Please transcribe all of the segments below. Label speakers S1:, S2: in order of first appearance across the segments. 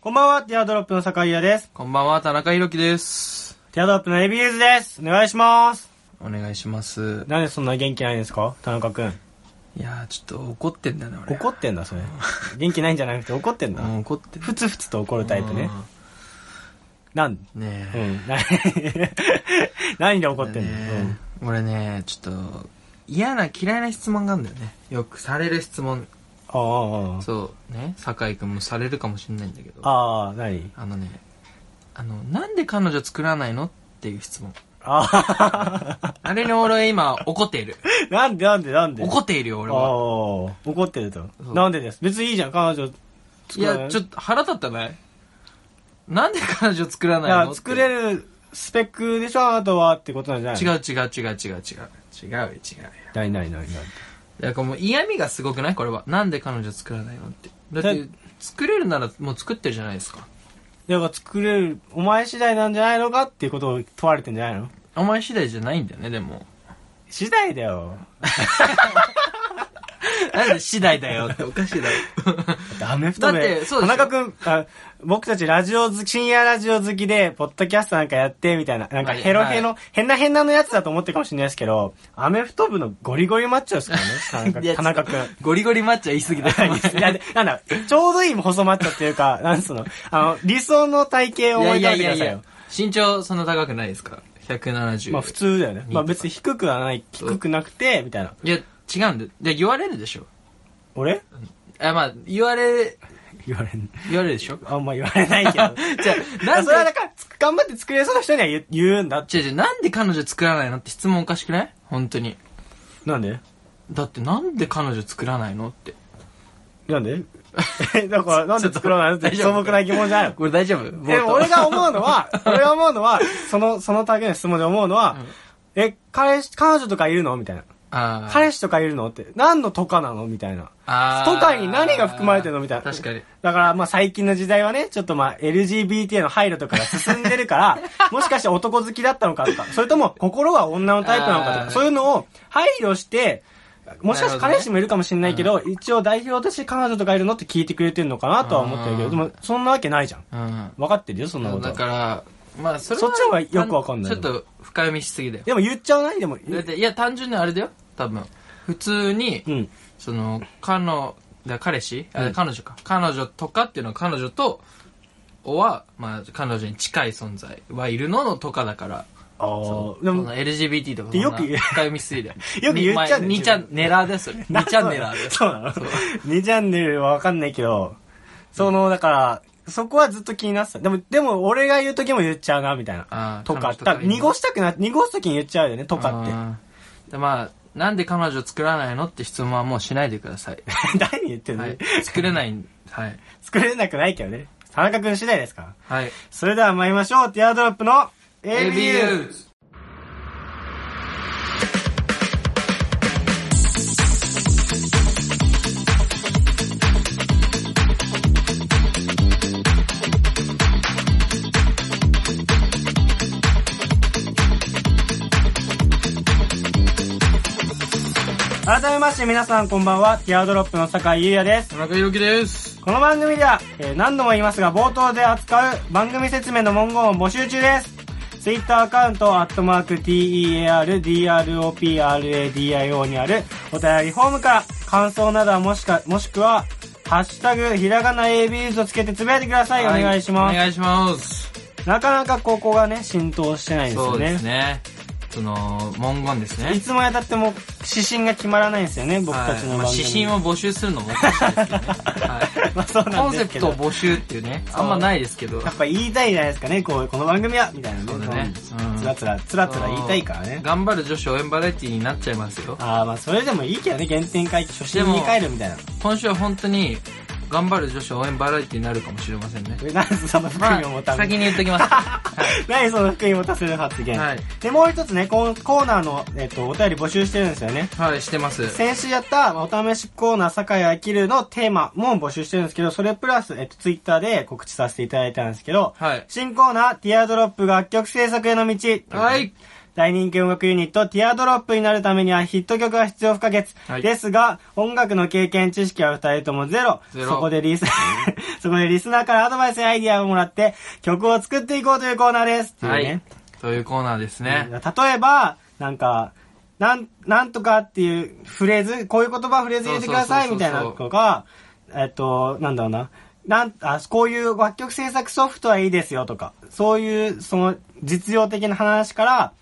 S1: こんばんは、ティアドロップの坂井谷です。
S2: こんばんは、田中裕樹です。
S1: ティアドロップのエビユーズです。お願いします。
S2: お願いします。
S1: なんでそんな元気ないんですか田中くん。
S2: いやー、ちょっと怒ってんだよね、俺。
S1: 怒ってんだ、それ。元気ないんじゃなくて怒ってんだ
S2: う。ん怒ってん
S1: ふつふつと怒るタイプね。なん、
S2: うんね
S1: う
S2: え。
S1: ん、 な、何で怒ってんの、
S2: ねえ俺ね、ちょっと、嫌な嫌いな質問があるんだよね。よくされる質問。
S1: うん。ああ
S2: そう、ね。酒井くんもされるかもしれないんだけど。あ
S1: ああ、ああ、何
S2: のね、あの、なんで彼女作らないのっていう質問。
S1: あ あ、
S2: あれに俺今怒って いる。
S1: なんでなんでなんで
S2: 怒っているよ、
S1: あ
S2: 俺
S1: あ、
S2: は。
S1: 怒ってると
S2: そ。う
S1: なんでです。別にいいじゃん、彼女。
S2: いや、ちょ
S1: っ
S2: っと腹立ったないなんで彼女作ら
S1: と。い
S2: ないのっ
S1: や、
S2: て
S1: 作れるスペックでしょ、あとはってことなんじゃない
S2: 違
S1: う。
S2: う違う違う違う違う違うよ違うよ
S1: ないないないない。
S2: いやこれもう嫌味がすごくないこれはなんで彼女作らないのってだって
S1: だ
S2: 作れるならもう作ってるじゃないですか
S1: だから作れる、お前次第なんじゃないのかっていうことを問われてんじゃないの
S2: お前次第じゃないんだよねで も
S1: 次第だよ。
S2: なんで次第だよっておかしいだろ
S1: ダメ太め。
S2: だってそうで
S1: 田
S2: しょ
S1: 中くん、あ僕たちラジオ好き、深夜ラジオ好きで、ポッドキャストなんかやって、みたいな、なんかヘロヘロ、変な変なのやつだと思ってるかもしれないですけど、アメフト部のゴリゴリマッチョですからね、
S2: い
S1: 田
S2: や
S1: 中田中くん。
S2: ゴリゴリマッチは言い過ぎだよ
S1: いや、でなんだ、ちょうどいい細マッチョっていうか、なんつうの、あの、理想の体型を思い浮かべてくださいよ。
S2: 身長そんな高くないですか170
S1: まあ普通だよね。まあ別に低くはない、
S2: そう
S1: 低くなくて、みたいな。
S2: いや違うんだよいや言われるでしょ
S1: 俺
S2: あまあ言われ
S1: 言われん。
S2: 言われるでしょ
S1: あんま言われない けど。
S2: じゃあなん
S1: それはだ
S2: で
S1: から、つ頑張って作れそうな人には言う言うんだって。
S2: 違う違うなんで彼女作らないのって質問おかしくない本当に
S1: なんで
S2: だってなんで彼女作らないのって。
S1: なんで だから、なんで作らないのって
S2: 大丈
S1: 素
S2: 夫
S1: 朴な疑問じゃ ないの
S2: これ大丈夫
S1: でも俺が思うの は、俺が思うのは、その、そのだけの質問で思うのは、え、彼氏、彼女とかいるのみたいな。
S2: あー
S1: 彼氏とかいるのって、何のとかなのみたいな。
S2: あー
S1: 都会に何が含まれてんのみたいな。
S2: 確かに。。
S1: だから、まあ最近の時代はね、ちょっとまあ LGBT の配慮とかが進んでる から、もしかして男好きだったのかとか、それとも心は女のタイプなのかと
S2: あ
S1: か、
S2: ー
S1: そういうのを配慮して、もしかして
S2: なるほどね
S1: 彼氏もいるかもしれないけど、一応代表として彼女とかいるのって聞いてくれてるのかなとは思ってるけど、
S2: うん
S1: でもそんなわけないじゃん。
S2: う
S1: 分かってるよ、そんなこ
S2: ん。
S1: と
S2: だ
S1: は。
S2: から、まあそれは。
S1: そっちの方がよくわかんない
S2: ちょっと深読みしすぎだよ。
S1: でも言っちゃわないでも、
S2: だって、いや単純にあれだよ。多分。普通に、
S1: うん。
S2: その、彼の、だ彼氏、あ彼女か。彼女とかっていうのは彼女と、おは、まあ、彼女に近い存在はいるののとかだから。
S1: あ
S2: そ
S1: ー
S2: う
S1: で
S2: そ
S1: も
S2: の、LGBT とかそんな
S1: よく言う
S2: 深読みしすぎだよ。
S1: よく言っちゃうね
S2: にまあにちゃん、ネラー ですよ。2チャンネラーです。
S1: そうなの ?2 チャンネルはわかんないけど、その、だから、そこはずっと気になってた。でも、でも、俺が言う時も言っちゃうな、みたいな
S2: あ。ー
S1: とか、
S2: 彼女とか
S1: 多分濁したくな、濁す時に言っちゃうよね、とかって。
S2: って。で、まあ、なんで彼女作らないのって質問はもうしないでくだ さい。
S1: 誰に言ってるの、
S2: はい。作れないん、はい。
S1: 作れなくないけどね。田中くん次第ですから。
S2: はい。
S1: それでは参りましょう。ティアドロップの ABU! 改めまして皆さんこんばんは。ティアドロップの坂井優也です。
S2: 田中裕樹です。
S1: この番組では、えー何度も言いますが冒頭で扱う番組説明の文言を募集中です。ツイッターアカウント、アットマーク、TEARDROPRADIO にあるお便りフォームから感想などはもしか、もしくは、ハッシュタグ、ひらがな AB とつけてつぶやいてください。お願いしま
S2: お
S1: す。
S2: 願いします。
S1: なかなかここがね、浸透してないんです
S2: そ
S1: よ
S2: うです
S1: ね。
S2: ね。その、文言です
S1: い
S2: ね。
S1: つまでたっても指針が決まらないんですよね、僕たちの
S2: はいま
S1: 番
S2: あ
S1: 組。
S2: 指 針を募集するのもおかしいですよね。はい。
S1: まあそうな
S2: コ
S1: ん
S2: ン
S1: で
S2: セ
S1: すけ
S2: プ
S1: ど
S2: ト募集っていうね、
S1: そう
S2: あんまないですけど。
S1: やっぱ言いたいじゃないですかね、こう、この番組は、みたいな
S2: そうだねうん
S1: つらつら、つらつら言いたいからね。
S2: 頑張る女子応援バラエティになっちゃいますよ。
S1: ああ、まあそれでもいいけどね、原点回帰、初心
S2: でも
S1: に帰るみたいな。
S2: 今週は本当に、頑張る女子応援バラエティになるかもしれませんね。
S1: え、何その含
S2: ま
S1: みを持た
S2: あ、
S1: せ
S2: 先
S1: る。
S2: に言っときます。 はい。
S1: 何その含みを持たせる発言。
S2: はい
S1: で、もう一つね、このコーナーの、えっ、と、お便り募集してるんですよね。
S2: はい、してます。
S1: 先週やった、まあお試しコーナー、酒井あきるのテーマも募集してるんですけど、それプラス、えっ、と、ツイッターで告知させていただいたんですけど、
S2: はい。
S1: 新コーナー、ティアドロップ楽曲制作への道。
S2: はい。
S1: 大人気音楽ユニット、ティアドロップになるためにはヒット曲は必要不可欠。
S2: はい
S1: ですが、音楽の経験、知識は二人ともゼロ。
S2: ゼロ
S1: そこでリス、 そこでリスナーからアドバイスやアイディアをもらって、曲を作っていこうというコーナーです。っていう
S2: は
S1: ね
S2: い。というコーナーですね。
S1: 例えば、なんか、なん、なんとかっていうフレーズ、こういう言葉フレーズ入れてください
S2: そう
S1: み
S2: そう
S1: た
S2: そ
S1: い
S2: うそう
S1: なのが、えっと、なんだろうな。なんあこういう楽曲制作ソフトはいいですよとか、そういう、その、実用的な話から、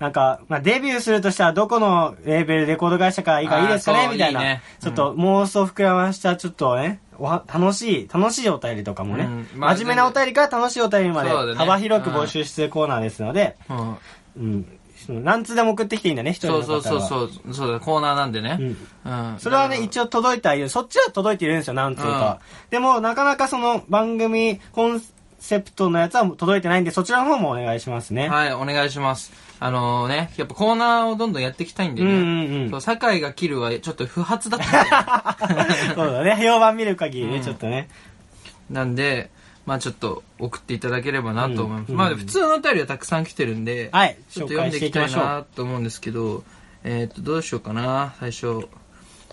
S1: なんか、まあ、デビューするとしたらどこのレーベル、レコード会社からいいか
S2: あー
S1: いいですかね
S2: そう
S1: みたいな。
S2: いいね
S1: ちょっと妄想膨らました、ちょっとね、おは楽しい、楽しいお便りとかもね、
S2: うんまあ
S1: 真面目なお便りから楽しいお便りまで
S2: そうだね
S1: 幅広く募集してるコーナーですので、
S2: うん。
S1: うん。何通でも送ってきていいんだね、一人
S2: そ
S1: の
S2: う
S1: 方
S2: そう
S1: は。
S2: そうそう、そうだ、コーナーなんでね。うん。
S1: それはね、
S2: うん
S1: 一応届いたよ。そっちは届いているんですよ、何通か。でも、なかなかその番組コンセプトのやつは届いてないんで、そちらの方もお願いしますね。
S2: はい、お願いします。あのね、やっぱコーナーをどんどんやっていきたいんでね。
S1: うんうんうん
S2: そう、酒井が切るはちょっと不発だったんで
S1: そうだね、評判見る限りね、
S2: うん
S1: ちょっとね。
S2: なんで、まあちょっと送っていただければなと思います。
S1: うん
S2: まあ普通のお便りはたくさん来てるんで、
S1: はい
S2: ちょっと読んでいきた
S1: 紹介
S2: い
S1: していきまし
S2: なと思うんですけど、えっ、と、どうしようかな、最初。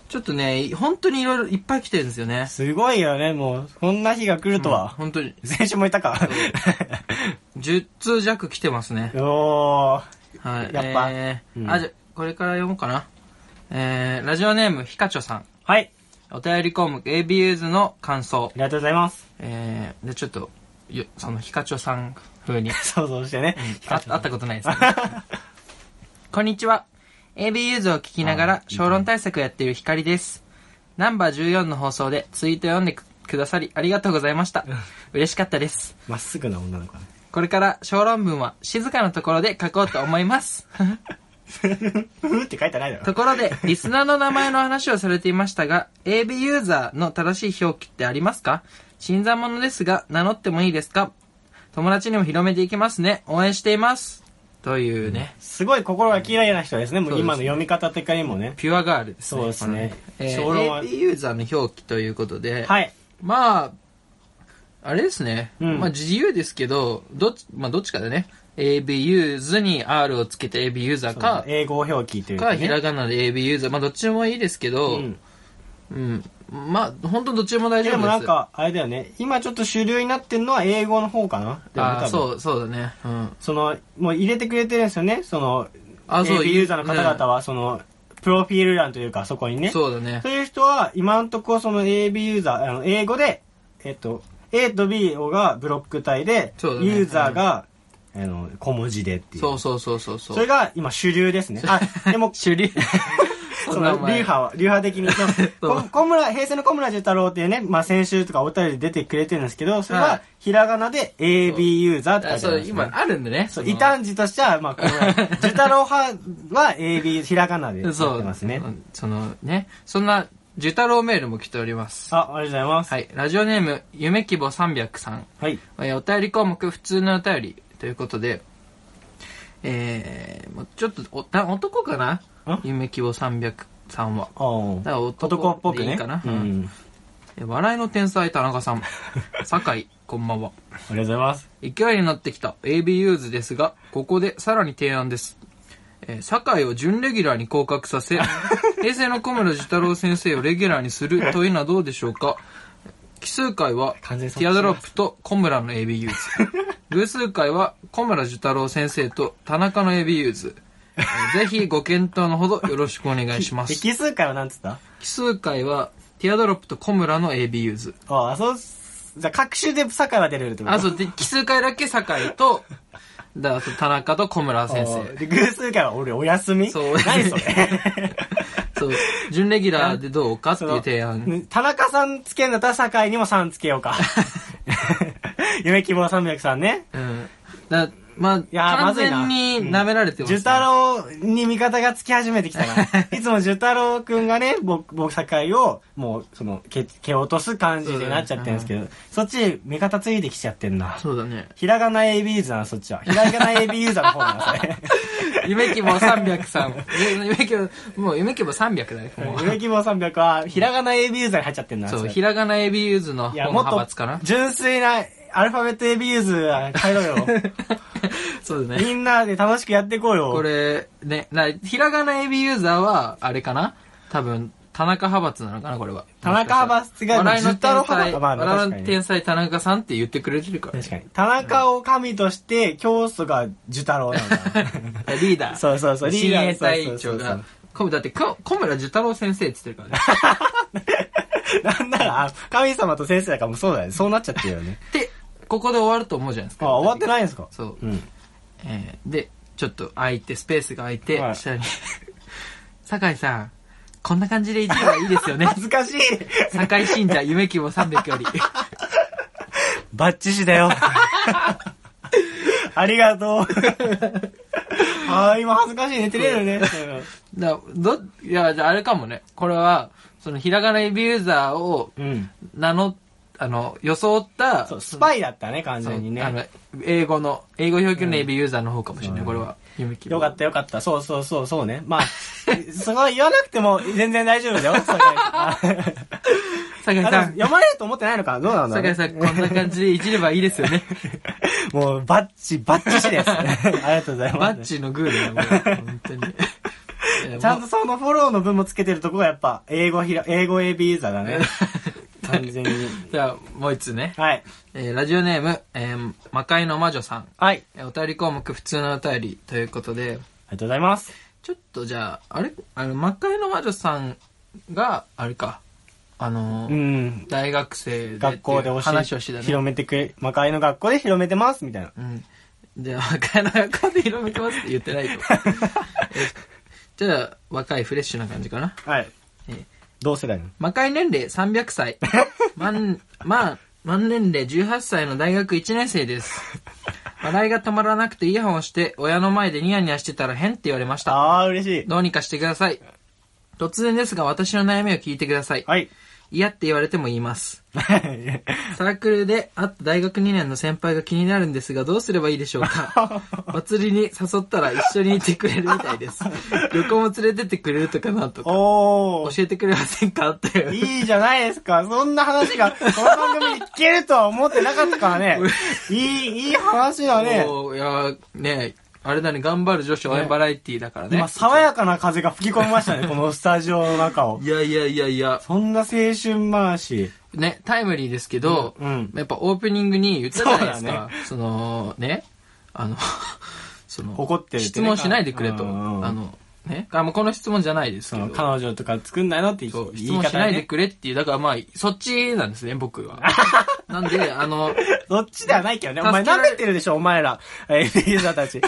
S2: ちょっとね、本当にいろいろいっぱい来てるんですよね。
S1: すごいよね、もう、こんな日が来るとは。
S2: 本当に、
S1: 先週もいたか。。
S2: 10通弱来てますね
S1: おー。
S2: はい。
S1: やっぱ
S2: えー
S1: うん
S2: あ、じゃあこれから読もうかな。えー、ラジオネーム、ひかちょさん。
S1: はい、
S2: お便り項目 ABUs の感想
S1: あ。りがとうございます。
S2: えー、で、ちょっと、よその、ヒカチョさん風に、
S1: 想像してね。
S2: あ会ったことないですね。 こんにちは。ABUs を聞きながら、小論対策をやっているヒカリです。ナンバー14の放送でツイート読んでくくださり、ありがとうございました。嬉しかったです。
S1: まっすぐな女の子だね。
S2: これから小論文は静かなところで書こうと思います。
S1: ふふって書いてないだろ。
S2: ところで、リスナーの名前の話をされていましたが、AB ユーザーの正しい表記ってありますか新参者ですが、名乗ってもいいですか友達にも広めていきますね。応援しています。というね、
S1: すごい心が綺麗な人ですね、もう
S2: そうですね
S1: 今の読み方的にもね。
S2: ピュアガールですね。
S1: そうですね
S2: これえー
S1: 小論は
S2: AB ユーザーの表記ということで、
S1: はい。
S2: まあ、あれですね。
S1: うん
S2: まあ自由ですけど、どっち、まあどっちかだね。AB ユーズに R をつけて AB ユーザーか、
S1: 英語表記という
S2: か、
S1: か、
S2: ひ
S1: ね。
S2: らがなで AB ユーザー。まあどっちもいいですけ
S1: う
S2: ど、
S1: ん、
S2: うん。まあ、本当どっちも大丈夫
S1: で
S2: です。
S1: もなんか、あれだよね。今ちょっと主流になってるのは英語の方かなでもね
S2: あー
S1: 多分
S2: そう、そうだね。うん。
S1: その、もう入れてくれてるんですよね。その、
S2: あそう
S1: AB ユーザーの方々は、その、プロフィール欄というか、そこにね。
S2: そうだね
S1: そ。ういう人は、今のところその AB ユーザー、あの英語で、えっと、A と B をがブロック体で、
S2: そうだね
S1: ユーザーが、あの、小文字でっていう。
S2: そうそうそうそう。そ
S1: それ
S2: う
S1: が今主流ですね。あ、でも、
S2: 主流。
S1: そ
S2: んな
S1: の
S2: お
S1: 流
S2: 前
S1: 派は、流派的に。 でもこ小村、平成の小村寿太郎っていうね、まあ先週とかお便りで出てくれてるんですけど、それ
S2: は
S1: はいひらがなで AB ユーザーって書
S2: あ
S1: いてあ
S2: そ
S1: る
S2: うん
S1: です
S2: 今
S1: ね。
S2: あるんでね。
S1: そう、
S2: の
S1: 異端児としては、まあ、小村寿太郎派は AB、ひらがなでやって
S2: そう。
S1: ますね
S2: う。ん そのね、そんな、寿太郎メールも来ております。
S1: あ、ありがとうございます。
S2: はい。ラジオネーム、夢希望300さん。
S1: はい。
S2: えーお便り項目、普通のお便りということで、えー、もうちょっとお、だ男かなん夢希望300さんは。
S1: あー
S2: だから男
S1: 男っぽく
S2: でい
S1: ね。
S2: いかな
S1: う。
S2: うんえ笑いの天才田中さん酒井こんばんは
S1: ありがとうございます。
S2: 勢いになってきた AB ユーズですがここでさらに提案です、えー酒井を準レギュラーに降格 させ平成の小村寿太郎先生をレギュラーにするというのはどうでしょうか奇数回はテ
S1: 完全にそっち
S2: ィアドロップと小村の AB ユー ズ偶数回は小村寿太郎先生と田中の AB ユーズえーぜひご検討のほどよろしくお願いします。奇
S1: 奇数回は何つった
S2: 数回は、ティアドロップと小村の AB ユーズ。
S1: ああ、そう、じゃあ各種で酒井は出れるってこと
S2: あ、そう、で、奇数回だけ酒井と、だあと田中と小村先
S1: あー
S2: 生。
S1: で、偶数回は俺お休み
S2: そう
S1: 何 それ
S2: そう、準レギュラーでどうかっていう提案。
S1: 田中さんつけんだったら酒井にも3つけよう か。夢希望300さんね。
S2: うん。だまあ、
S1: やーま
S2: 完
S1: ずいな
S2: 全に舐められてます、
S1: 寿
S2: ね。
S1: 太郎に味方がつき始めてきたな。いつも寿太郎くんがね、僕、僕、酒井を、もう、その、蹴、蹴落とす感じでなっちゃってるんですけど、そっち、味方ついてきちゃってんな。
S2: そうだね。
S1: ひらがな AB ユーザーな、そっちは。ひらがな AB ユーザーの方なんですね。
S2: 夢希望300さん。 ゆ夢希望、もう夢希望300だね。 もう
S1: 夢希望300は、ひらがな AB ユーザーに入っちゃってんな。
S2: そう、
S1: れ
S2: ひらがな AB ユーズの
S1: いや、
S2: 本
S1: もっ
S2: 派閥
S1: と
S2: かな。
S1: 純粋なアルファベット AB ユーズは変えろ よ。
S2: そうだね。
S1: みんなで楽しくやっていこうよ。
S2: これ、ね、な、ひらがな AB ユーザーは、あれかな多分、田中派閥なのかなこれは。
S1: 田中派閥が
S2: もしかしたら
S1: 十太郎
S2: 笑い
S1: 派閥まあね
S2: の天才、笑い
S1: 確か
S2: の
S1: に
S2: 天才田中さんって言ってくれてるから。
S1: 確かに。田中を神として、教祖が寿太郎なんだ。
S2: リーダー。
S1: そうそうそうリ
S2: リ
S1: ー
S2: ー
S1: ダ
S2: ダ
S1: ー
S2: ー。隊
S1: そう
S2: 長
S1: そうそうそ
S2: が
S1: う。
S2: こだって、こ小村寿太郎先生って言ってるからね。
S1: なんなら、あ神様と先生だからもうそうだよね。そうなっちゃってるよ ね。
S2: で、ここで終わると思うじゃないですか。
S1: あ、終わってないいんですか
S2: そう。
S1: うん。
S2: えーで、ちょっと空いて、スペースが空いて、
S1: はい
S2: 下に、 酒井さん、こんな感じでいじればいいですよ ね。
S1: 恥ずかしい
S2: 酒井信者、夢希望300より。
S1: バッチシだよ。ありが とう。ああ、今恥ずかしい。寝てれるね。
S2: だど、いや、じゃああれかもね。これは、その、ひらがなエビユーザーを
S1: うん。
S2: 名乗、あの、装った、
S1: そう、スパイだったね、完
S2: その
S1: 全に
S2: あ
S1: ね。
S2: の、英語の、英語表記のエビユーザーの方かもしれない。
S1: うん
S2: これは、夢希望。
S1: よかったよかった。そうそうそう、そうね。まあ、 その言わなくても全然大丈夫だよ。酒井あ
S2: 酒井
S1: あ
S2: さ
S1: でも
S2: ん、
S1: 読まれると思ってないのかなどうなんだろう
S2: 酒
S1: ね、
S2: 井さん、こんな感じでいじればいいですよね。
S1: もう、バッチ、バッチしです。 ありがとうございます。
S2: バッチのグーだよ、もう本当に。
S1: ちゃんとそのフォローの分もつけてるとこがやっぱ、英語ひら、英語 AB ユーザーだ ね。完全に。
S2: じゃあ、もう一つね。
S1: はい。
S2: えーラジオネーム、えー魔界の魔女さん。
S1: はい。
S2: えーお便り項目、普通のお便りということで、
S1: ありがとうございます。
S2: ちょっとじゃあ、あれあの、魔界の魔女さんが、あれか、あのー
S1: うん。
S2: 大学生で
S1: 学校で教え
S2: 話をしてたね。
S1: 広めてくれ、魔界の学校で広めてます、みたいな。
S2: うん。で、魔界の学校で広めてますって 言ってないと。えじゃあ、若いフレッシュな感じかな。
S1: はい。
S2: えー
S1: 同世代の。
S2: 魔界年齢300歳。満、まあ、満年齢18歳の大学1年生です。笑いが止まらなくてイヤホンをして、親の前でニヤニヤしてたら変って言われました。
S1: ああ、嬉しい。
S2: どうにかしてください。突然ですが私の悩みを聞いてください。
S1: はい。
S2: 嫌って言われても言います。サークルで会った大学2年の先輩が気になるんですがどうすればいいでしょう か祭りに誘ったら一緒にいてくれるみたいです。 旅行も連れてってくれるとかなと か。
S1: おー。
S2: 教えてくれませんかっていう。
S1: いいじゃないですか。そんな話が、この番組に聞けるとは思ってなかったから ね。いい、いい話だね。
S2: おーいやーねあれだね、頑張る女子応援バラエティーだからね。
S1: 今、爽やかな風が吹き込みましたね、このスタジオの中 を。
S2: いやいやいやいや、
S1: そんな青春回し。
S2: ね、タイムリーですけど、
S1: うん
S2: やっぱオープニングに言ったじゃないです
S1: そうだ
S2: か。そ,、の、ね、あの、 その、
S1: 怒ってるってね
S2: 質問しないでくれと。
S1: うんうん
S2: あの、ね、あもうこの質問じゃないです
S1: そ
S2: けど
S1: の、。彼女とか作んないのって言
S2: そう
S1: い
S2: 質
S1: 言い
S2: 問し
S1: 方
S2: ない
S1: ね
S2: でくれっていう、だからまあ、そっちなんですね、僕は。なんで、あの、
S1: どっちではないけどね。お前
S2: 助け
S1: 舐
S2: られ
S1: めてるでしょ、お前ら。えー、リーザーたち。違う、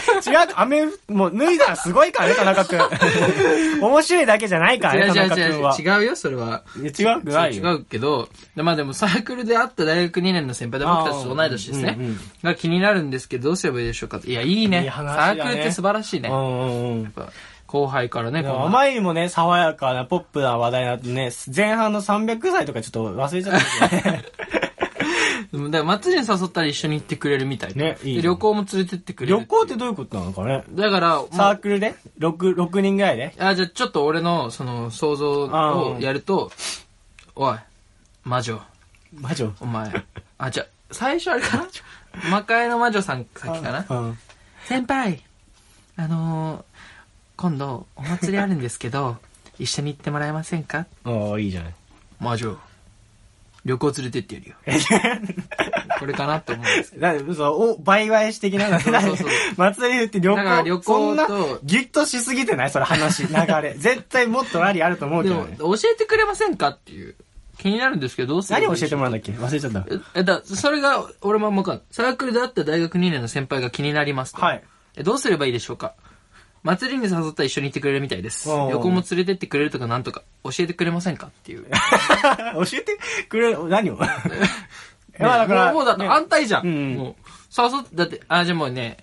S1: 雨、もう脱いだらすごいからね、田中 くん。面白いだけじゃないから
S2: 違
S1: ね、
S2: う
S1: 田
S2: 違う
S1: 中
S2: 違
S1: くんは。
S2: う、違うよ、それは。
S1: いや違うくない
S2: 違
S1: よ。
S2: うけど、でまあでもサークルで会った大学2年の先輩で
S1: あー
S2: 僕たちと同い年ですね
S1: うんうんうん。
S2: が気になるんですけど、どうすればいいでしょうかっていや、いいね。
S1: いい
S2: サ
S1: 話だ
S2: ー
S1: ね
S2: クルって素晴らしいね。
S1: う
S2: やっ
S1: んうんうん。
S2: ぱ後輩からね、
S1: でも
S2: こ
S1: あ
S2: んな。
S1: まりにもね、爽やかなポップな話題になってね、前半の300歳とかちょっと忘れちゃったけどね。
S2: うんだから祭りに誘ったら一緒に行ってくれるみたいな。
S1: ねいいね
S2: で旅行も連れてってくれる。
S1: 旅行ってどういうことなのかね。
S2: だから、
S1: サ
S2: ま
S1: ークルで ?6、6人ぐらいで
S2: あ、あじゃあちょっと俺の、その、想像
S1: あ
S2: を
S1: ー
S2: やると、おい、魔女、
S1: 魔女。
S2: お前。あ、じゃあ最初あれかな魔界の魔女さん先かな
S1: うん。
S2: 先輩あのー今度お祭りあるんですけ ど一緒に行ってもらえませんか
S1: ああ、いいじゃない。
S2: 魔女旅行連れてってやるよ これかなと思うんです
S1: だそう、お、倍返し的な。
S2: そうそうそう
S1: 祭りって旅
S2: だから
S1: 行、
S2: 旅行と
S1: そんな、ギュッとしすぎてないそれ話、流 れ。絶対もっとラリーあると思うけ
S2: で
S1: ど
S2: も
S1: ね。
S2: 教えてくれませんかっていう気になるんですけどどうする
S1: 何を教えてもらうんだっけ忘れちゃった。
S2: えだそれが俺もあんま分かんないサークルで会った大学2年の先輩が気になりますと
S1: はい
S2: えどうすればいいでしょうか祭りに誘ったら一緒に行ってくれるみたいです
S1: おー
S2: 旅行も連れてってくれるとかなんとか教えてくれませんかっていう
S1: 教えてくれる、 何を えまあだか
S2: だからら、もうだって
S1: ね
S2: 安泰じゃん。
S1: うん
S2: もう、誘って、だって、あ、じゃあもうね、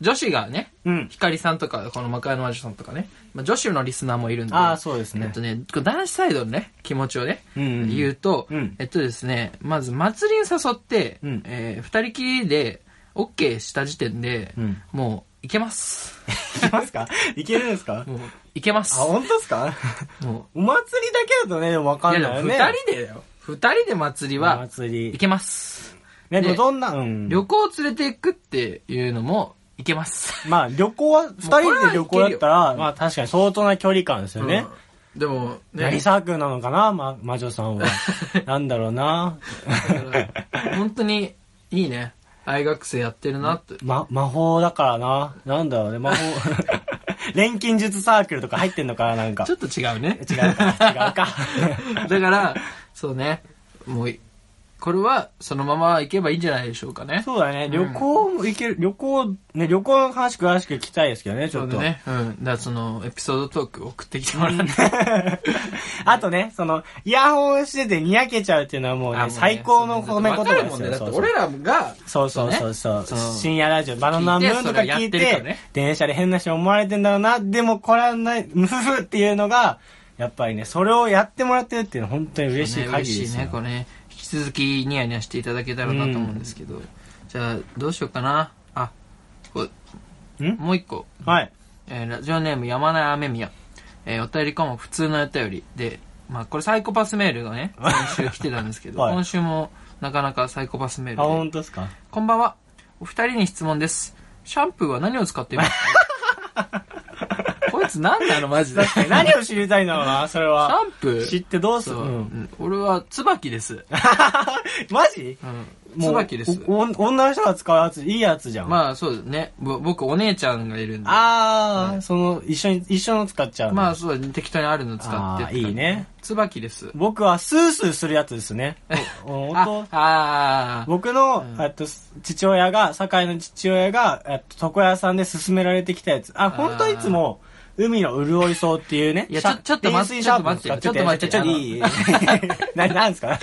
S2: 女子がね、
S1: うん
S2: ひかりさんとか、この魔界の魔女さんとかね、まあ、女子のリスナーもいるんで、
S1: あーそうですね
S2: えっとね、こう男子サイドのね、気持ちをね、
S1: うんうんうん
S2: 言うと、
S1: うん
S2: えっとですね、まず祭りに誘って、
S1: うん
S2: えー二人きりで、OK した時点で、
S1: うん
S2: もう、いけます。
S1: いけますかいけるんですか
S2: もう、いけま
S1: あ、
S2: す。
S1: 本当ですか
S2: も
S1: お祭りだけだとね、でもわか
S2: う、い
S1: ん
S2: や
S1: ないよ
S2: でも
S1: ね。
S2: 二人でだよ。二人で祭り
S1: お
S2: は、
S1: 祭
S2: い
S1: り。
S2: けます。
S1: ね、
S2: で
S1: どんな、うん。
S2: 旅行を連れて行くっていうのもいけます。
S1: まあ、旅行は、二
S2: もうこれ
S1: 人
S2: は
S1: で旅行だったら、まあ確かに相当な距離感ですよね。
S2: うん。でも、ね
S1: 何、サークルなのかな、ま、魔女さん は。なんだろうな。
S2: 本当にいいね。大学生やってるなって。
S1: ま、魔法だからな。なんだろうね、 魔法。錬金術サークルとか入ってんのかな、なんか
S2: ち。ょっと 違うね。
S1: 違うか、違う か。
S2: だから、そうね。もうい、これはそのまま行けばいいんじゃないでしょうかね。
S1: そうだね、旅行も行ける、旅行、ね、旅行の話詳しく聞きたいですけどね、ち
S2: そ
S1: ょ
S2: う
S1: っ
S2: だ
S1: と。
S2: ね。うん。だからその、エピソードトーク送ってきてもらって。
S1: あとね、その、イヤホンしててにやけちゃうっていうのはもう
S2: あもう
S1: ね、
S2: ね
S1: 最高の褒め言葉
S2: だってわかる
S1: で
S2: もん
S1: す
S2: ね。
S1: よ。
S2: だって
S1: そうそう
S2: 俺らが、
S1: そうそうそうそう
S2: そうねそう
S1: 深夜ラジオ、バナナムーンとか聞
S2: 聞
S1: い
S2: い
S1: て、
S2: てそれやってるからね
S1: 電車で変な人思われてんだろうな、でもこれはない、ムフフっていうのが、やっぱりね、それをやってもらってるっていうのは本当に嬉しい限
S2: ね
S1: りで
S2: 嬉し
S1: す
S2: い
S1: よ。
S2: ね、これね。引き続きニヤニヤしていただけたらなと思うんですけど。じゃあ、どうしようかな。あ、こ
S1: ん
S2: もう一個。
S1: はい。
S2: えーラジオネーム山内雨宮。えーお便りかも普通のお便りで、まあこれサイコパスメールが ね、今週来てたんですけど、
S1: はい
S2: 今週もなかなかサイコパスメール
S1: あ、
S2: で。
S1: 本当です か
S2: こんばんは。お二人に質問です。シャンプーは何を使って いますかこいつ何なのマジで。
S1: 確かに何を知りたいんだろうな、それ
S2: シャ
S1: は。
S2: ンプー
S1: 知ってどうする
S2: そう、
S1: う、
S2: うんん俺は椿です。
S1: マジ
S2: うん、
S1: もう
S2: 椿です。
S1: おお女の人が使うやつ、いいやつじゃん。あ、
S2: まあそうですね。ぼ僕お姉ちゃんがいるんで。
S1: あー、その、一緒に、一緒の使っちゃうの。
S2: まあそうだね適当にあるの使って
S1: あーいいね。
S2: 椿です。
S1: 僕はスースーするやつですね。おお音
S2: あ、あー
S1: 僕の、
S2: ん
S1: えっと、父親が、堺の父親が、えっと、床屋さんで勧められてきたやつ。あ、本当いつも、海の潤いそうっていうね。
S2: いや
S1: シャ
S2: ちょちょっと待って
S1: 電水シャープを使
S2: ちょっと待って
S1: ちょっといい。 な、なん ですか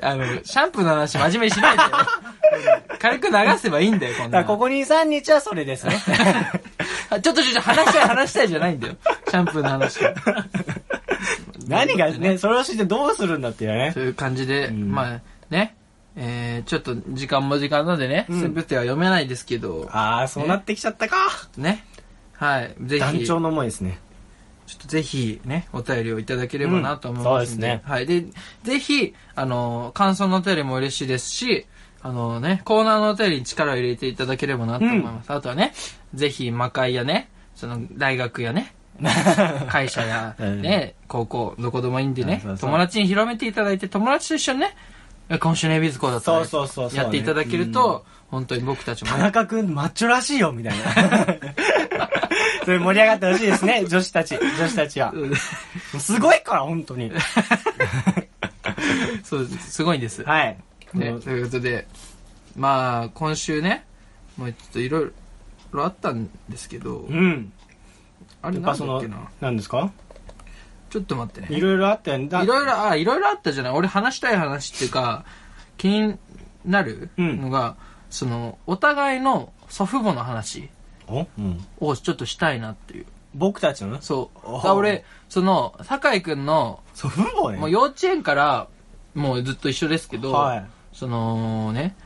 S2: あの、シャンプーの話真面目にしないでよ。 軽く流せばいいんだよ、こんな
S1: だから
S2: の。
S1: ここ2、3日はそれです ね。
S2: あちょっとちょっと話したい 話したいじゃないんだよ。シャンプーの話。
S1: 何がね、それを知ってどうするんだ っていうね
S2: と。いう感じで、
S1: ん
S2: まあね、えー、ちょっと時間も時間なのでね、
S1: うん
S2: すべては読めないですけど、
S1: あー、そうなってきちゃったか。
S2: ね。はい。ぜ
S1: 団
S2: ひ、ち
S1: 長
S2: ょ
S1: の思いですね。
S2: っとぜひね、お便りをいただければなと思い
S1: うんそう
S2: ま
S1: ですす
S2: んで、
S1: ね
S2: はい。で、ぜひ、あの、感想のお便りも嬉しいですし、あのね、コーナーのお便りに力を入れていただければなと思います。あとはね、ぜひ魔界やね、その大学 やね、会社や、ね、高校、どこでもいいんでね、
S1: そうそう
S2: 友達に広めていただいて、友達と一緒にね、今週のエビズコーだったらね
S1: そうそうそうそう
S2: やっていただけると、本当に僕たちも
S1: 田
S2: ね、
S1: 中くん、マッチョらしいよ、みたいな。 それ盛り上がってほしいですね、女子たち。女子たちは。すごいから、本当に。
S2: そう、すごいんです。
S1: はい。
S2: ね、ということで、まあ、今週ね、もうちょっといろいろあったんですけど
S1: う、ん。
S2: あれ
S1: やっ
S2: な
S1: ぱ
S2: ん
S1: そ
S2: だっ
S1: の
S2: けな、
S1: なんですか
S2: ちょっと待ってね。
S1: いろいろあったよね。だ
S2: いろいろ、あ、いろいろあったじゃない。俺話したい話っていうか、気になるのが、その、お互いの祖父母の話
S1: おうん。
S2: をちょっとしたいなっていう。
S1: 僕たちの
S2: そう。
S1: お
S2: だから俺、その、酒井くんの、
S1: 祖父母ね。
S2: もう幼稚園から、もうずっと一緒ですけど、
S1: はい。
S2: そのね、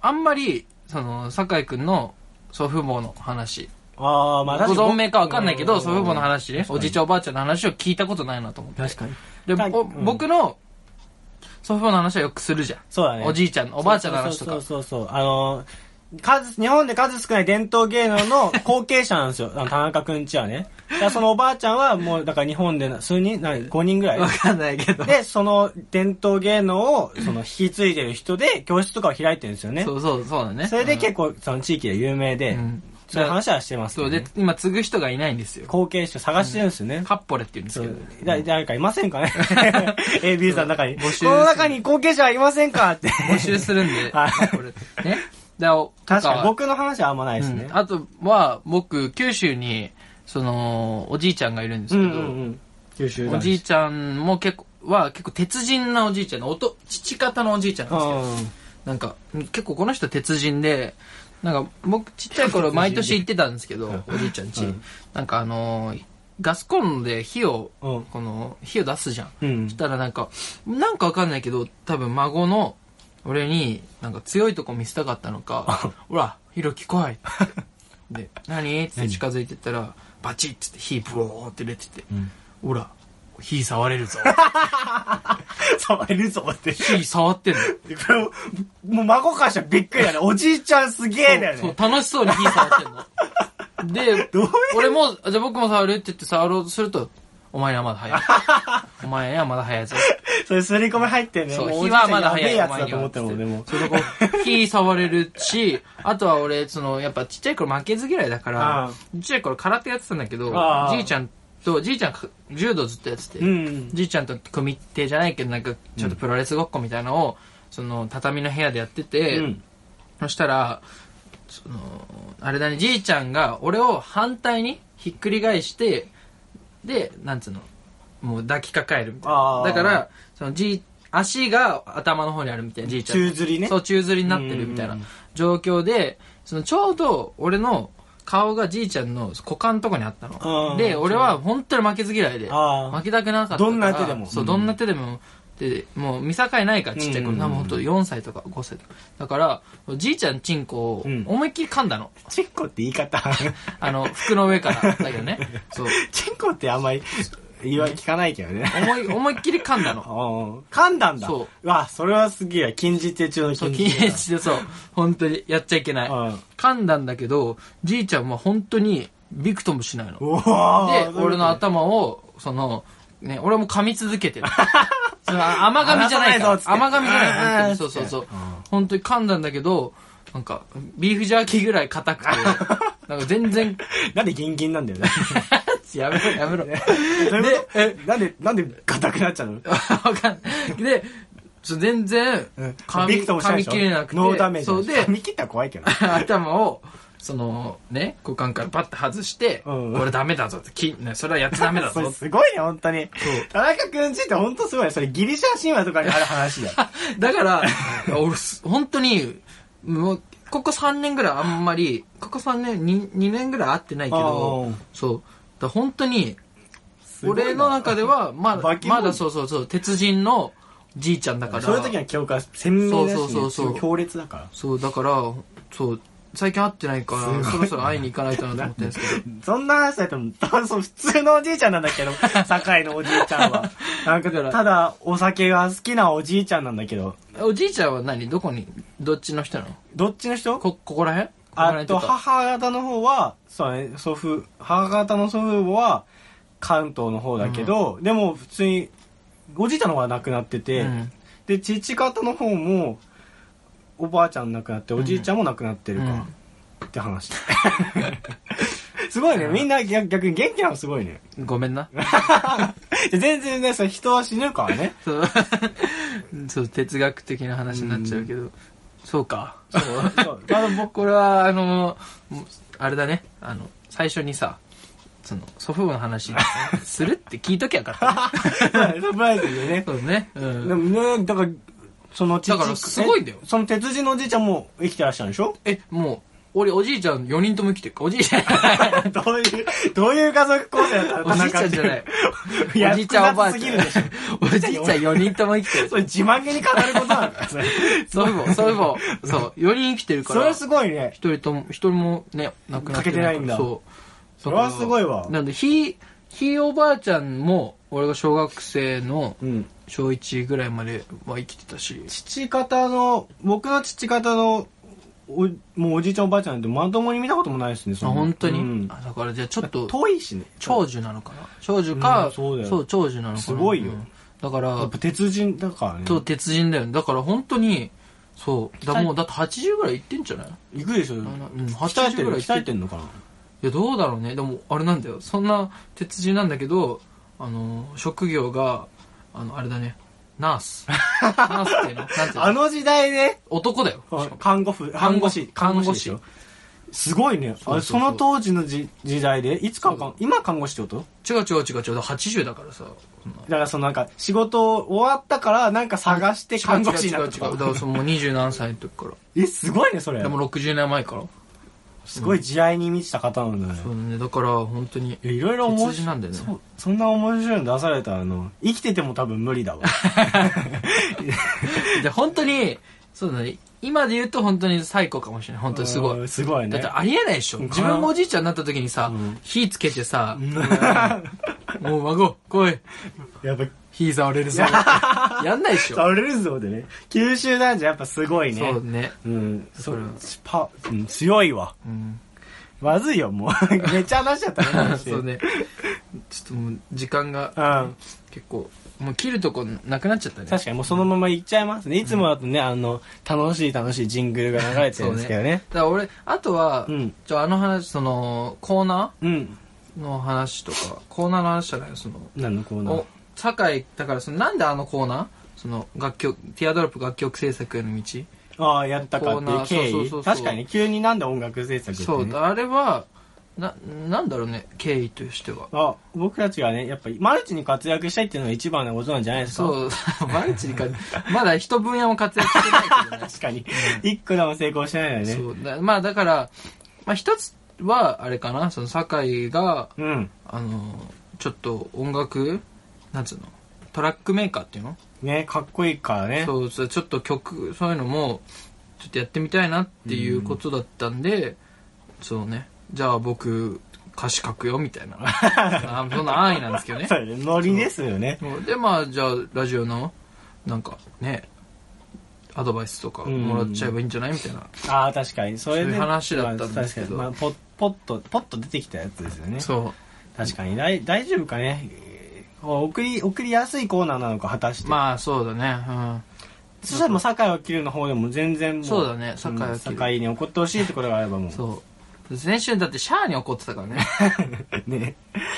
S2: あんまり、その、酒井くんの祖父母の話、
S1: ああ、まあ確かに。
S2: ご存命かわかんないけ
S1: う
S2: ど、
S1: ん
S2: 祖父母の話ね、
S1: 確か
S2: お
S1: に
S2: じいちゃんおばあちゃんの話を聞いたことないなと思って。
S1: 確かに。
S2: で、
S1: はい
S2: お
S1: うん
S2: 僕の祖父母の話はよくするじゃん。
S1: そうだね。
S2: おじいちゃん、おばあちゃんの話
S1: そ
S2: と
S1: う
S2: か。
S1: そうそうそうそう。あのー数、日本で数少ない伝統芸能 の後継者なんですよ。あの田中くんちはね。だからそのおばあちゃんはもう、だから日本でな数人、何、5人ぐ らい
S2: わ。かんないけど。
S1: で、その伝統芸能をその引き継いでる人で教室とかを開いてるんですよね。
S2: そうそう、そうだね。
S1: それで結
S2: 構、
S1: 構その地域で有名で、
S2: うん
S1: そういう話はしてますけ
S2: そ
S1: ど
S2: う
S1: ね、
S2: で、今継ぐ人がいないんですよ。
S1: 後継者探してるんですよね。
S2: カッポレって言うんです
S1: そ
S2: け
S1: う
S2: ど。
S1: だ誰かいませんかね ?AB さんの中に。
S2: 募集す
S1: こ
S2: る
S1: の中に後継者はいませんかって。
S2: 募集するんで、カ
S1: はい
S2: ッポレね。だおと
S1: 確かに僕の話はあんまないですね。
S2: うんあとは、僕、九州に、その、おじいちゃんがいるんですけど、
S1: ん、九州
S2: おじいちゃんも結構、は結構鉄人なおじいちゃんの、おと、父方のおじいちゃんなんですけど、なんか、結構この人鉄人で、なんか僕ちっちゃい頃毎年行ってたんですけど、おじいちゃんち、
S1: うん
S2: なんかあのーガスコンロで火を、
S1: うん
S2: この、火を出すじゃん。
S1: うん
S2: そしたらなんか、なんかわかんないけど、多分孫の、俺に、なんか強いとこ見せたかったのか、ほら、ひろき来いで、何って近づいてったら、バチッつって火ブローって出てて、ほら、火触れ るぞ。
S1: 触れるぞって。
S2: 火触ってんの。
S1: これも、もう孫からしたらびっくりだね。おじいちゃんすげえだよね。
S2: そう、楽しそうに火触ってんの。で
S1: どういう、
S2: 俺も、じゃあ僕も触るって言って触ろうとすると、お前にはまだ早い。 お前にはまだ早いぞ。
S1: それすり込み入ってね。
S2: そう、
S1: も
S2: 火はまだ
S1: おじいち
S2: 早い。
S1: ゃんやべえやつ
S2: お前
S1: だ
S2: に
S1: と
S2: は
S1: 思っても、でも。
S2: それでこう、火触れるし、あとは俺、その、やっぱちっちゃい頃負けず嫌いだから
S1: ああ、
S2: ちっちゃい頃空手やってたんだけど
S1: ああ、
S2: じいちゃんと、じいちゃんか柔道ずっとやってて、
S1: うん。
S2: じいちゃんと組手じゃないけど、なんか、ちょっとプロレスごっこみたいなのを、その、畳の部屋でやってて、
S1: うん。
S2: そしたら、その、あれだね、じいちゃんが俺を反対にひっくり返して、で、なんつうの、もう抱きかかえるみたい
S1: あ
S2: な。
S1: ー
S2: だから、そのじい、足が頭の方にあるみたいな、じいちゃんの。
S1: 宙吊りね
S2: そう、宙吊りになってるみたい
S1: うん
S2: な
S1: うんうん
S2: 状況で、そのちょうど俺の顔がじいちゃんの股間のとこにあった
S1: う
S2: の。
S1: ん
S2: で、俺は本当に負けず嫌いで、
S1: あー
S2: 負けたくなかったから。
S1: どんな手でも
S2: そうう、
S1: ん
S2: どんな手でも。で、もう見境ないから、ちっちゃい
S1: うんうんう
S2: 頃。
S1: ん
S2: 多分本当4歳とか5歳とか。だから、じいちゃんチンコを
S1: うん
S2: 思いっきり噛んだの。
S1: チンコって言い 方。
S2: あの、服の上から。だけどね。そう。
S1: チンコってあんまり言わ聞かないけどね。
S2: 思い、思いっきり噛んだの。
S1: うん噛んだんだ。。
S2: そう
S1: わ、それはすげえ。禁じ手中の
S2: そう、
S1: 禁じ手
S2: 禁
S1: だ。
S2: 止でそう。本当にやっちゃいけない。
S1: うん
S2: 噛んだんだけど、じいちゃんは本当にびくともしないの。
S1: おー
S2: で、俺の頭を、その、ね、俺も噛み続けてる。 そのあ甘噛みじゃないか
S1: 離さないぞっ
S2: ら。
S1: つって
S2: 甘噛みじゃない
S1: あー
S2: 本当に。そうそうそう
S1: つってうん。
S2: 本当に噛んだんだけど、なんか、ビーフジャーキーぐらい 硬くて、なんか全然、
S1: なんでギンギンなんだよね。
S2: やめろ、やめろ。で、
S1: どういうこと
S2: え、
S1: なんで、なんで硬くなっちゃうの
S2: わかんない。で、そう全然、噛み、
S1: びくともしな
S2: 噛
S1: いで
S2: み
S1: しょ
S2: 切れなくて。
S1: ノーダメージだ
S2: そ
S1: よ。
S2: うで
S1: 噛、み切ったら怖いけど。
S2: 頭を、そのね、股間からパッと外して、
S1: うん
S2: これダメだぞって、きね、それはやっちゃダメ だ
S1: それ
S2: ぞ。
S1: すごいね、本当に
S2: う。
S1: 田中くんちって本当すごいね。それギリシャ神話とかにある話だよ。
S2: だから、俺す、本当に、もう、ここ3年ぐらいあんまり、ここ3年、2, 2年ぐらい会ってないけ
S1: あー、
S2: どそう。だから本当に、
S1: すごいな
S2: 俺の中では、ま
S1: 化
S2: だ、
S1: け物
S2: まだそうそうそう、鉄人のじいちゃんだから。
S1: そういう時の記憶は鮮明だしね、
S2: そうそうそうそう
S1: 強烈だから。
S2: そう、だから、そう、最近会ってないから、そろそろ会いに行かないとなと思ってるんですけど。
S1: そんな話だと、多分そう普通のおじいちゃんなんだけ ど、堺のおじいちゃんは。なんか、
S2: だから
S1: ただ、お酒が好きなおじいちゃんなんだけど、
S2: おじいちゃんは何どこにどっちの人なの
S1: どっちの人
S2: こ、ここら辺ここら辺
S1: あ
S2: てい
S1: と、
S2: うか
S1: 母方の方は、そうね、祖父、母方の祖父母は、関東の方だけど、でも普通に、おじいちゃんの方が亡くなってて、
S2: うん
S1: で、父方の方も、おばあちゃん亡くなって、おじいちゃんも亡くなってるから、って話。 すごいね、みんな逆逆に元気なのすごいね。
S2: ごめんな。
S1: 全然ね、それ人は死ぬからね。
S2: そう そう、哲学的な話になっちゃうけど。そうか。そう。
S1: そうまだ僕、
S2: これは、あの、あれだね。あの、最初にさ、その、祖父母の話、するって聞いときゃよ かったね。
S1: サプライズでね。
S2: そうだね。う
S1: でも
S2: ん。
S1: ね、だから、その父
S2: だからすごいんだよ
S1: えその鉄人のおじいちゃんも生きてらっしゃるんでし ょ
S2: え、もう、俺、おじいちゃん4人とも生きてるか。おじ いちゃん。
S1: どういう、どういう家族構成だったの
S2: おじいちゃんじゃない。
S1: い や
S2: おじいちゃんおばあ
S1: 複雑すぎ
S2: ちゃん
S1: るでしょ。。
S2: おじいちゃん4人とも生きてる
S1: そ。れ自慢げに語ることなん だ。そ れ
S2: 祖父母、祖父母、そう、4人生きてるか
S1: そ
S2: ら
S1: れ、すごいね。
S2: 一人とも、一人もね、亡くなっ
S1: 欠
S2: て
S1: けてないんだ
S2: そう。
S1: それはすごいわ
S2: なんで、ひ、ひいおばあちゃんも、俺が小学生の
S1: うん。
S2: 小1ぐらいまでは生きてたし、
S1: 父方の、僕の父方の、おもうおじいちゃんおばあちゃんなんてまともに見たこともないですね、そ
S2: あ、
S1: の
S2: 本当に、
S1: うん
S2: あだからじゃあちょっと、
S1: 遠いしね。
S2: 長寿なのかな長寿か、
S1: うんそうだよ
S2: 長寿なのかな
S1: すごいよ
S2: うんだか
S1: やっ
S2: ら
S1: ぱ、鉄人だからね。
S2: と、鉄人だよね。だから本当に、そう。だもう、だって80ぐらいいってんじゃない
S1: 行くでしょ。
S2: あのう
S1: 鍛え
S2: ん
S1: て
S2: 80ぐ
S1: る
S2: らいい
S1: 鍛えてんのかない
S2: や、どうだろうね。でも、あれなんだよ。そんな鉄人なんだけど、あの、職業が、あの、あれだね。ナ ース。ナースっていうのなんていうの
S1: あの時代ね、
S2: 男だよ。
S1: 看護婦、看護師、
S2: 看護師
S1: でしょすごいね。
S2: うそうそう
S1: あれその当時のじ時代で、いつかか、今看護師ってこと
S2: 違う違う違う違う。80だからさ。そんな
S1: だからそのなんか、仕事終わったから、なんか探して看護師にな
S2: 違
S1: っ
S2: う違
S1: た
S2: う違
S1: と
S2: う。だか
S1: から
S2: そのもう20何歳の時から。
S1: え、すごいね、それ
S2: で。も60年前から。
S1: すごい慈愛に満ちた方なんだね
S2: そ。うね。だから、本当に。
S1: いやいろいろ面
S2: 鉄人
S1: 白。
S2: ないんだよね
S1: そうそんな面白いの出されたら、あの、生きてても多分無理だ わ。
S2: で、本当に、そうだね。今で言うと本当に最高かもしれない。本当にすご
S1: うん
S2: い。
S1: すごい
S2: だ
S1: ね
S2: って。ありえないでしょ。
S1: うん
S2: 自分もおじいちゃんになった時にさ
S1: うん、
S2: 火つけてさ、もう孫、来い。
S1: やっぱ、
S2: 火触れるぞ。やんないでしょ。
S1: 倒れるぞでね。九州男児やっぱすごいね。
S2: そうね。
S1: うん、そ
S2: それ
S1: う
S2: は、
S1: パ、うん、強いわ。
S2: うん。
S1: まずいよ、もう。 めっちゃ話しちゃったね。話
S2: そう。ね。ちょっともう、時間が
S1: うん。
S2: 結構、もう切るとこなくなっちゃったね。
S1: 確かにもうそのまま行っちゃいますね。いつもだとね、あの、楽しい楽しいジングルが流れてるんですけどね。
S2: だから俺、あとは、
S1: うん
S2: ちょ、あの話、その、コーナ
S1: うん。
S2: ーの話とか、コーナーの話じゃないよ、その、
S1: 何のコーナー
S2: お、酒井、だからその、なんであのコーナーその、楽曲、ティアドロップ楽曲制作への道
S1: ああ、やったかっていう経
S2: コーナーそうそう
S1: 緯
S2: そうそう
S1: 確かに、急になんで音楽制作って、ね、
S2: そう、あれは、な、なんだろうね、経緯としては。
S1: あ、僕たちがね、やっぱマルチに活躍したいっていうのが一番のことなんじゃないですか。
S2: そう、 マルチにか、まだ一分野も活躍してないけどね。
S1: 確かに。一個でも成功してないよ ね。
S2: そうだまあだから、まあ一つは、あれかな、その、酒井が、
S1: うん。
S2: あの、ちょっと音楽、なんつうの、トラックメーカーっていうの
S1: ね、かっこいいからね。
S2: そうそう、ちょっと曲、そういうのも、ちょっとやってみたいなっていうことだったんで、そうね、じゃあ僕、歌詞書くよ、みた いな。あそんな安易なんですけどね。
S1: そうねノリですよね。
S2: そうでまあじゃあラジオのなんかねアドバイスとかもらっちゃえばいいんじゃないみたいな、
S1: ああ、確かに。それで。
S2: そういう話だったんですけど
S1: まあ、確かにまあ、ポッと、ポッと出てきたやつですよね。
S2: そ
S1: 確かに。だい大丈夫かね。送り、送りやすいコーナーなのか、果たし
S2: う
S1: て。あ、
S2: まあそうだね
S1: そしたらもう、酒井を切るの方でも全然もう。
S2: そうだね酒井を切る
S1: うん酒井に怒ってほしいところがあればもう。
S2: うんそう先週だってシャアに怒ってたからね
S1: ね。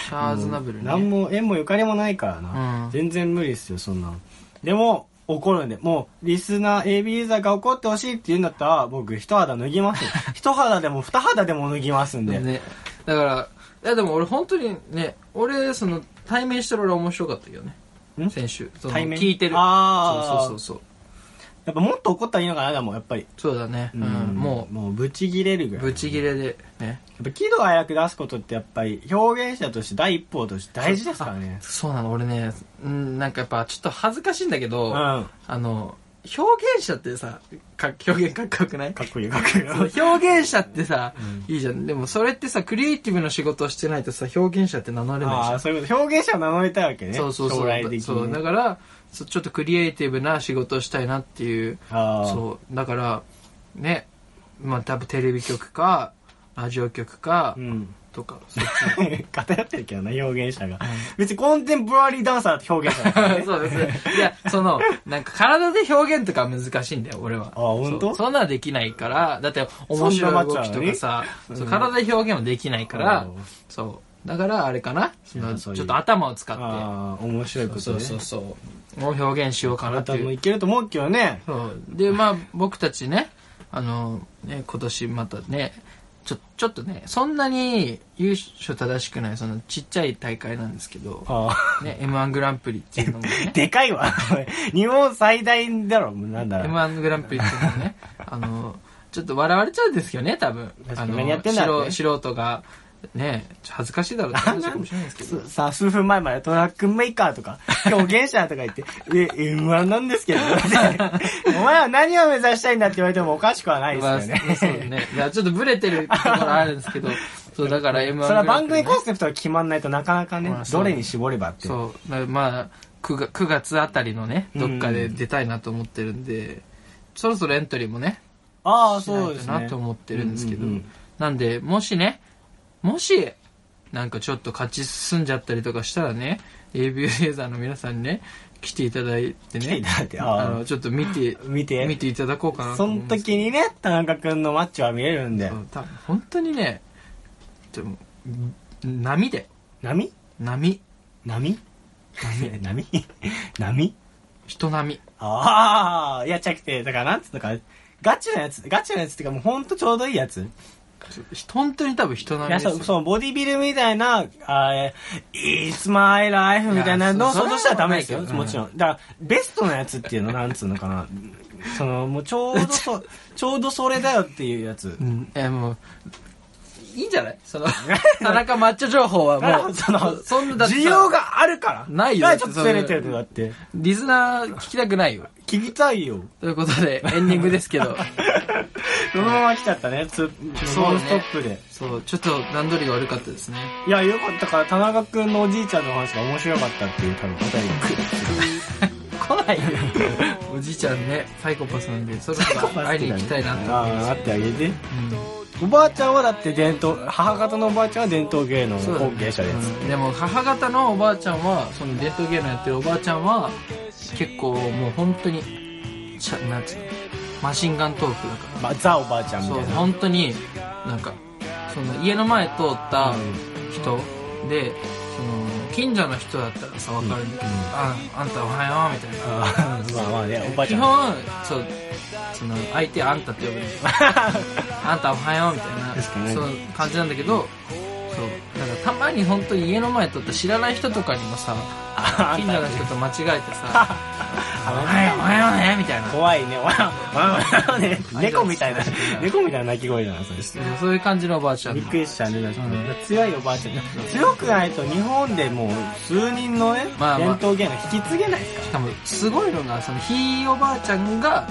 S2: シャアズナブルに、
S1: 何も縁もゆかりもないからな、
S2: うん
S1: 全然無理っすよそんなのでも怒るんでもうリスナー AB ユーザーが怒ってほしいって言うんだったら僕一肌脱ぎ ますよ一肌でも二肌でも脱ぎますんで、
S2: ねだからいやでも俺本当にね俺その対面してる俺は面白かったけどね
S1: ん
S2: 先週その
S1: 対面
S2: 聞いてる
S1: あー
S2: そうそうそう
S1: やっぱもっと怒ったらいいのかなでもやっぱり、
S2: そうそうだね、うんも
S1: もうブチギレるぐ
S2: う
S1: らい
S2: ブチギレでね
S1: やっぱ喜怒哀楽出すことってやっぱり表現者として第一歩として大事ですからね
S2: そうなの俺ねうんなんかやっぱちょっと恥ずかしいんだけど、
S1: うんか
S2: あの、表現者ってさ、か表現かっこよくない
S1: っこいいかっこいい
S2: そう表現者ってさ、いいじゃん。でもそれってさ、クリエイティブの仕事をしてないとさ、表現者って名乗れないじ
S1: あ
S2: ゃ
S1: あ
S2: ん。
S1: そういうこと表現者を名乗りたいわけね
S2: そうそうそう。
S1: 将来的に
S2: そう、だから、そうちょっとクリエイティブな仕事をしたいなっていう。
S1: ああ
S2: そう。だから、ね、まあ多分テレビ局か、ラジオ局か
S1: う、ん
S2: とか、そっ
S1: 偏ってるけどな、表現者が。別にコンテンポラリーダンサーって表現者だから
S2: ち
S1: ね。
S2: そうですね。いや、その、なんか体で表現とか難しいんだよ、俺は。
S1: あ本当
S2: そうそんなのできないから、だって面白い動きとかさ、そう体で表現もできないから
S1: うん、
S2: そう。だから、あれかなそ
S1: いや
S2: のち
S1: そ
S2: ょ
S1: う
S2: っ
S1: いう
S2: と頭を使
S1: ああ、面白い
S2: っ
S1: こと
S2: て、そう
S1: ね。
S2: そうそう。を表現しようか
S1: あ
S2: な
S1: な
S2: って
S1: たも
S2: いう。
S1: いけると思うけどね。
S2: そう。で、まあ、僕たちね、あの、ね、今年またね、ちょ、ちょっとね、そんなに優勝正しくない、そのちっちゃい大会なんですけど、
S1: ああ。
S2: ね、M1 グランプリっていうのもね、
S1: でかいわ。日本最大だろ、もうなんだろう。
S2: M1 グランプリっていうのはね、あの、ちょっと笑われちゃうんですけどね、多分。
S1: 確か
S2: あ
S1: に
S2: の、
S1: 何やってんだってね
S2: 素素人が、ね、ちょ恥ずかしいだろうって話かもしれないですけど。
S1: すさあ、数分前までトラックメーカーと か、表現者とか言って、え、M1 なんですけど、 お前は何を目指したいんだって言われてもおかしくは ないです
S2: ま
S1: よ
S2: あ
S1: ね。
S2: そうね。いや、ちょっとブレてるところあるんですけど、そう、だから M1
S1: そ
S2: グ
S1: れ
S2: ラ
S1: は
S2: ンプ
S1: 番
S2: リ
S1: 組
S2: ね、
S1: コンセプトが決まんないとなかなかね
S2: まあ、そう
S1: どれに絞ればって。
S2: そう、だからまあ9月、9月あたりのね、どっかで出たいなと思ってるんで、そろそろエントリーもね、
S1: ああ、
S2: しな
S1: そう
S2: い
S1: で
S2: と
S1: す
S2: な
S1: ね
S2: と。思ってるんですけど
S1: うんうんうん。
S2: なんで、もしね、もし、なんかちょっと勝ち進んじゃったりとかしたらね、AB ユーザーの皆さんにね、来ていただいて
S1: 来てい
S2: ね、
S1: ただいてあ
S2: あ
S1: あ
S2: の、ちょっと見て、
S1: 見て
S2: 見ていただこうかなと
S1: そ
S2: 思う
S1: の
S2: んですけ
S1: 時にね、田中くんのマッチは見えるんで
S2: ど。。そう多分本当にね、でも、波で、
S1: 波
S2: 波、
S1: 波波 波波
S2: 人波。
S1: ああ、いや、ちゃくて、だからなんつうのか、ガチなやつ、ガチなやつっていうかもうほんとちょうどいいやつ。い
S2: 本当に多分人波
S1: や、
S2: ですよ
S1: そう、そうボディビルみたいな、あー It's my life みたいなのを
S2: いやそ
S1: 想像したらダメですよ、
S2: それは
S1: もちろん。だから、ベストなやつっていうの、なんつうのかな。 その、もうちょうどそ、ちょうどそれだよっていうやつ
S2: う。ん、えーもう、いいんじゃない その、田中マッチョ情報は
S1: だか
S2: も
S1: ら
S2: う、
S1: その、
S2: そんな、だってさ
S1: 需要があるから。
S2: ない
S1: だ
S2: よ
S1: からちょっと
S2: だって
S1: ずれ
S2: それ
S1: てるのだって。
S2: リスナー聞きたくないよ。
S1: 聞きたいよ。
S2: ということ で、エンディングですけど、
S1: そのまま来ちゃったね、つ、ノ
S2: そうね
S1: ンストップで。
S2: そう、ちょっと段取りが悪かったですね。
S1: いや、よかったから、田中くんのおじいちゃんの話が面白かったっていう、多分、お便りが来る。
S2: 来ないよ。 おじいちゃんね、サイコパスなんで、そろそろ会いに行きたいなと思い
S1: ああ、
S2: ま
S1: 会ってあげて。
S2: す。
S1: おばあちゃんはだって伝統、母方のおばあちゃんは伝統芸能
S2: そう
S1: の
S2: だね
S1: 後継者です。
S2: うんでも母方のおばあちゃんはその伝統芸能やってるおばあちゃんは結構もう本当にしゃなんつうのマシンガントークだか
S1: まあ、ザおばあちゃ
S2: ら
S1: んみ
S2: そう
S1: たいな。
S2: 本当になんかその家の前通った人でその近所の人だったらさ分かるんだけど、
S1: うん
S2: ああんたおはようみたいな
S1: あーまあまあね、おばあち
S2: 基
S1: ゃん。
S2: 本そうその相手あんたって 呼ぶんですよあんたおはようみたいな
S1: ですかね
S2: そう感じなんだけどそうなんかたまに本当に家の前通った知らない人とかにもさ
S1: あ
S2: 近所の人と間違えて さ「お
S1: あ
S2: はようおはようね」みたいな
S1: 怖いね。わらわらわらね。猫みたいな
S2: 挨拶して、
S1: 猫みたいな鳴き声だな、それ。
S2: そういう感じのおばあちゃん
S1: びっくりしたね、確かに
S2: うん
S1: 強いおばあちゃん。強くないと日本でもう数人のね、
S2: まあまあ
S1: 伝統芸能引き継げないですか
S2: しかもすごいのがそのひいおばあちゃんがなんか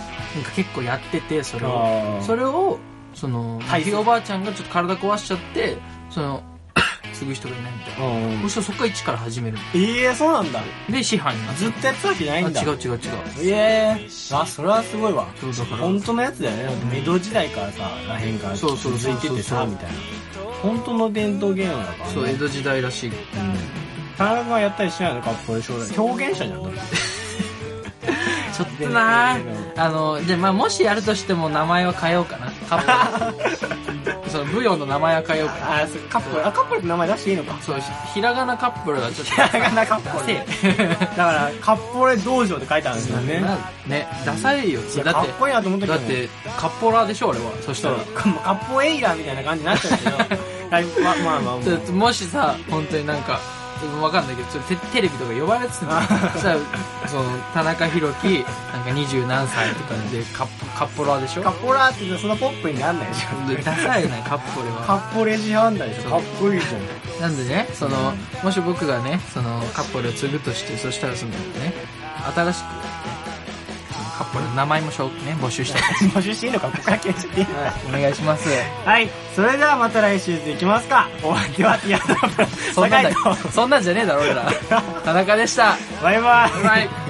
S2: 結構やっててそれを
S1: あー
S2: それをその
S1: 体操
S2: ひいおばあちゃんがちょっと体壊しちゃってその 継ぐ人がいないみたいな
S1: ら。うん
S2: そしたらそっから一から始める
S1: ええ、そうなんだ。
S2: で師範になっ
S1: ずっとやってたわけじゃないんだ。
S2: あ違う違う違う
S1: ええあ、それはすごいわ。
S2: そうだから
S1: 本当のやつだよね。だって江戸時代からさ、らへんから
S2: そうそうそう
S1: 続いてて
S2: そ
S1: さ、
S2: う
S1: みたいな。本当の伝統芸能だからね。
S2: そう江戸時代らしい
S1: うん。田中君はやったりしないのかっこいい将来。表現者じゃん。だって
S2: ちょっとなあのでまあもしやるとしても名前は変えようかなカップルその舞踊の名前は変えようか
S1: あ、そうカップル、あ、カップルって名前出していいのか
S2: な。そうひひらがなカップルはち ょっと
S1: ひらがなカップル。
S2: せ
S1: だから、カッポレ道場って書いてあるんですよ
S2: え
S1: ね。
S2: なねダサいよ
S1: いや
S2: だ
S1: か
S2: っ
S1: ってこいいなと思ったけど
S2: だっ
S1: ね。
S2: てカッポラーでしょ俺はそした
S1: そう
S2: ら、
S1: カッポエイラーみたいな感じになっちゃうけど、 だいぶまあまあまあ
S2: ちょっともしさ本当になんかわかんないけどちょっとテテレビとか呼ばれてたのそしたらその田中宏樹なんか二十何歳とかでカッポカッポラーでしょ
S1: カッポラーってそんなポップになんないでしょ。
S2: ダサいよねカッポレは
S1: カッポレジハンダでしょ。
S2: そ
S1: か
S2: う
S1: っこいいじゃん。
S2: なんでねそのもし僕がねそのカッポレを継ぐとしてそしたらそのね新しくねそのカッポレの名前もしょ、ね、募集したいで
S1: 募集していいのかここから消していい
S2: すはいお願いします
S1: はい。それではまた来週でいきますか。お相手はティアドロップの
S2: そんなん
S1: 酒井
S2: だ
S1: と。
S2: そんなんじゃねえだろ俺ら田中でした
S1: バイバイ。
S2: バイバイ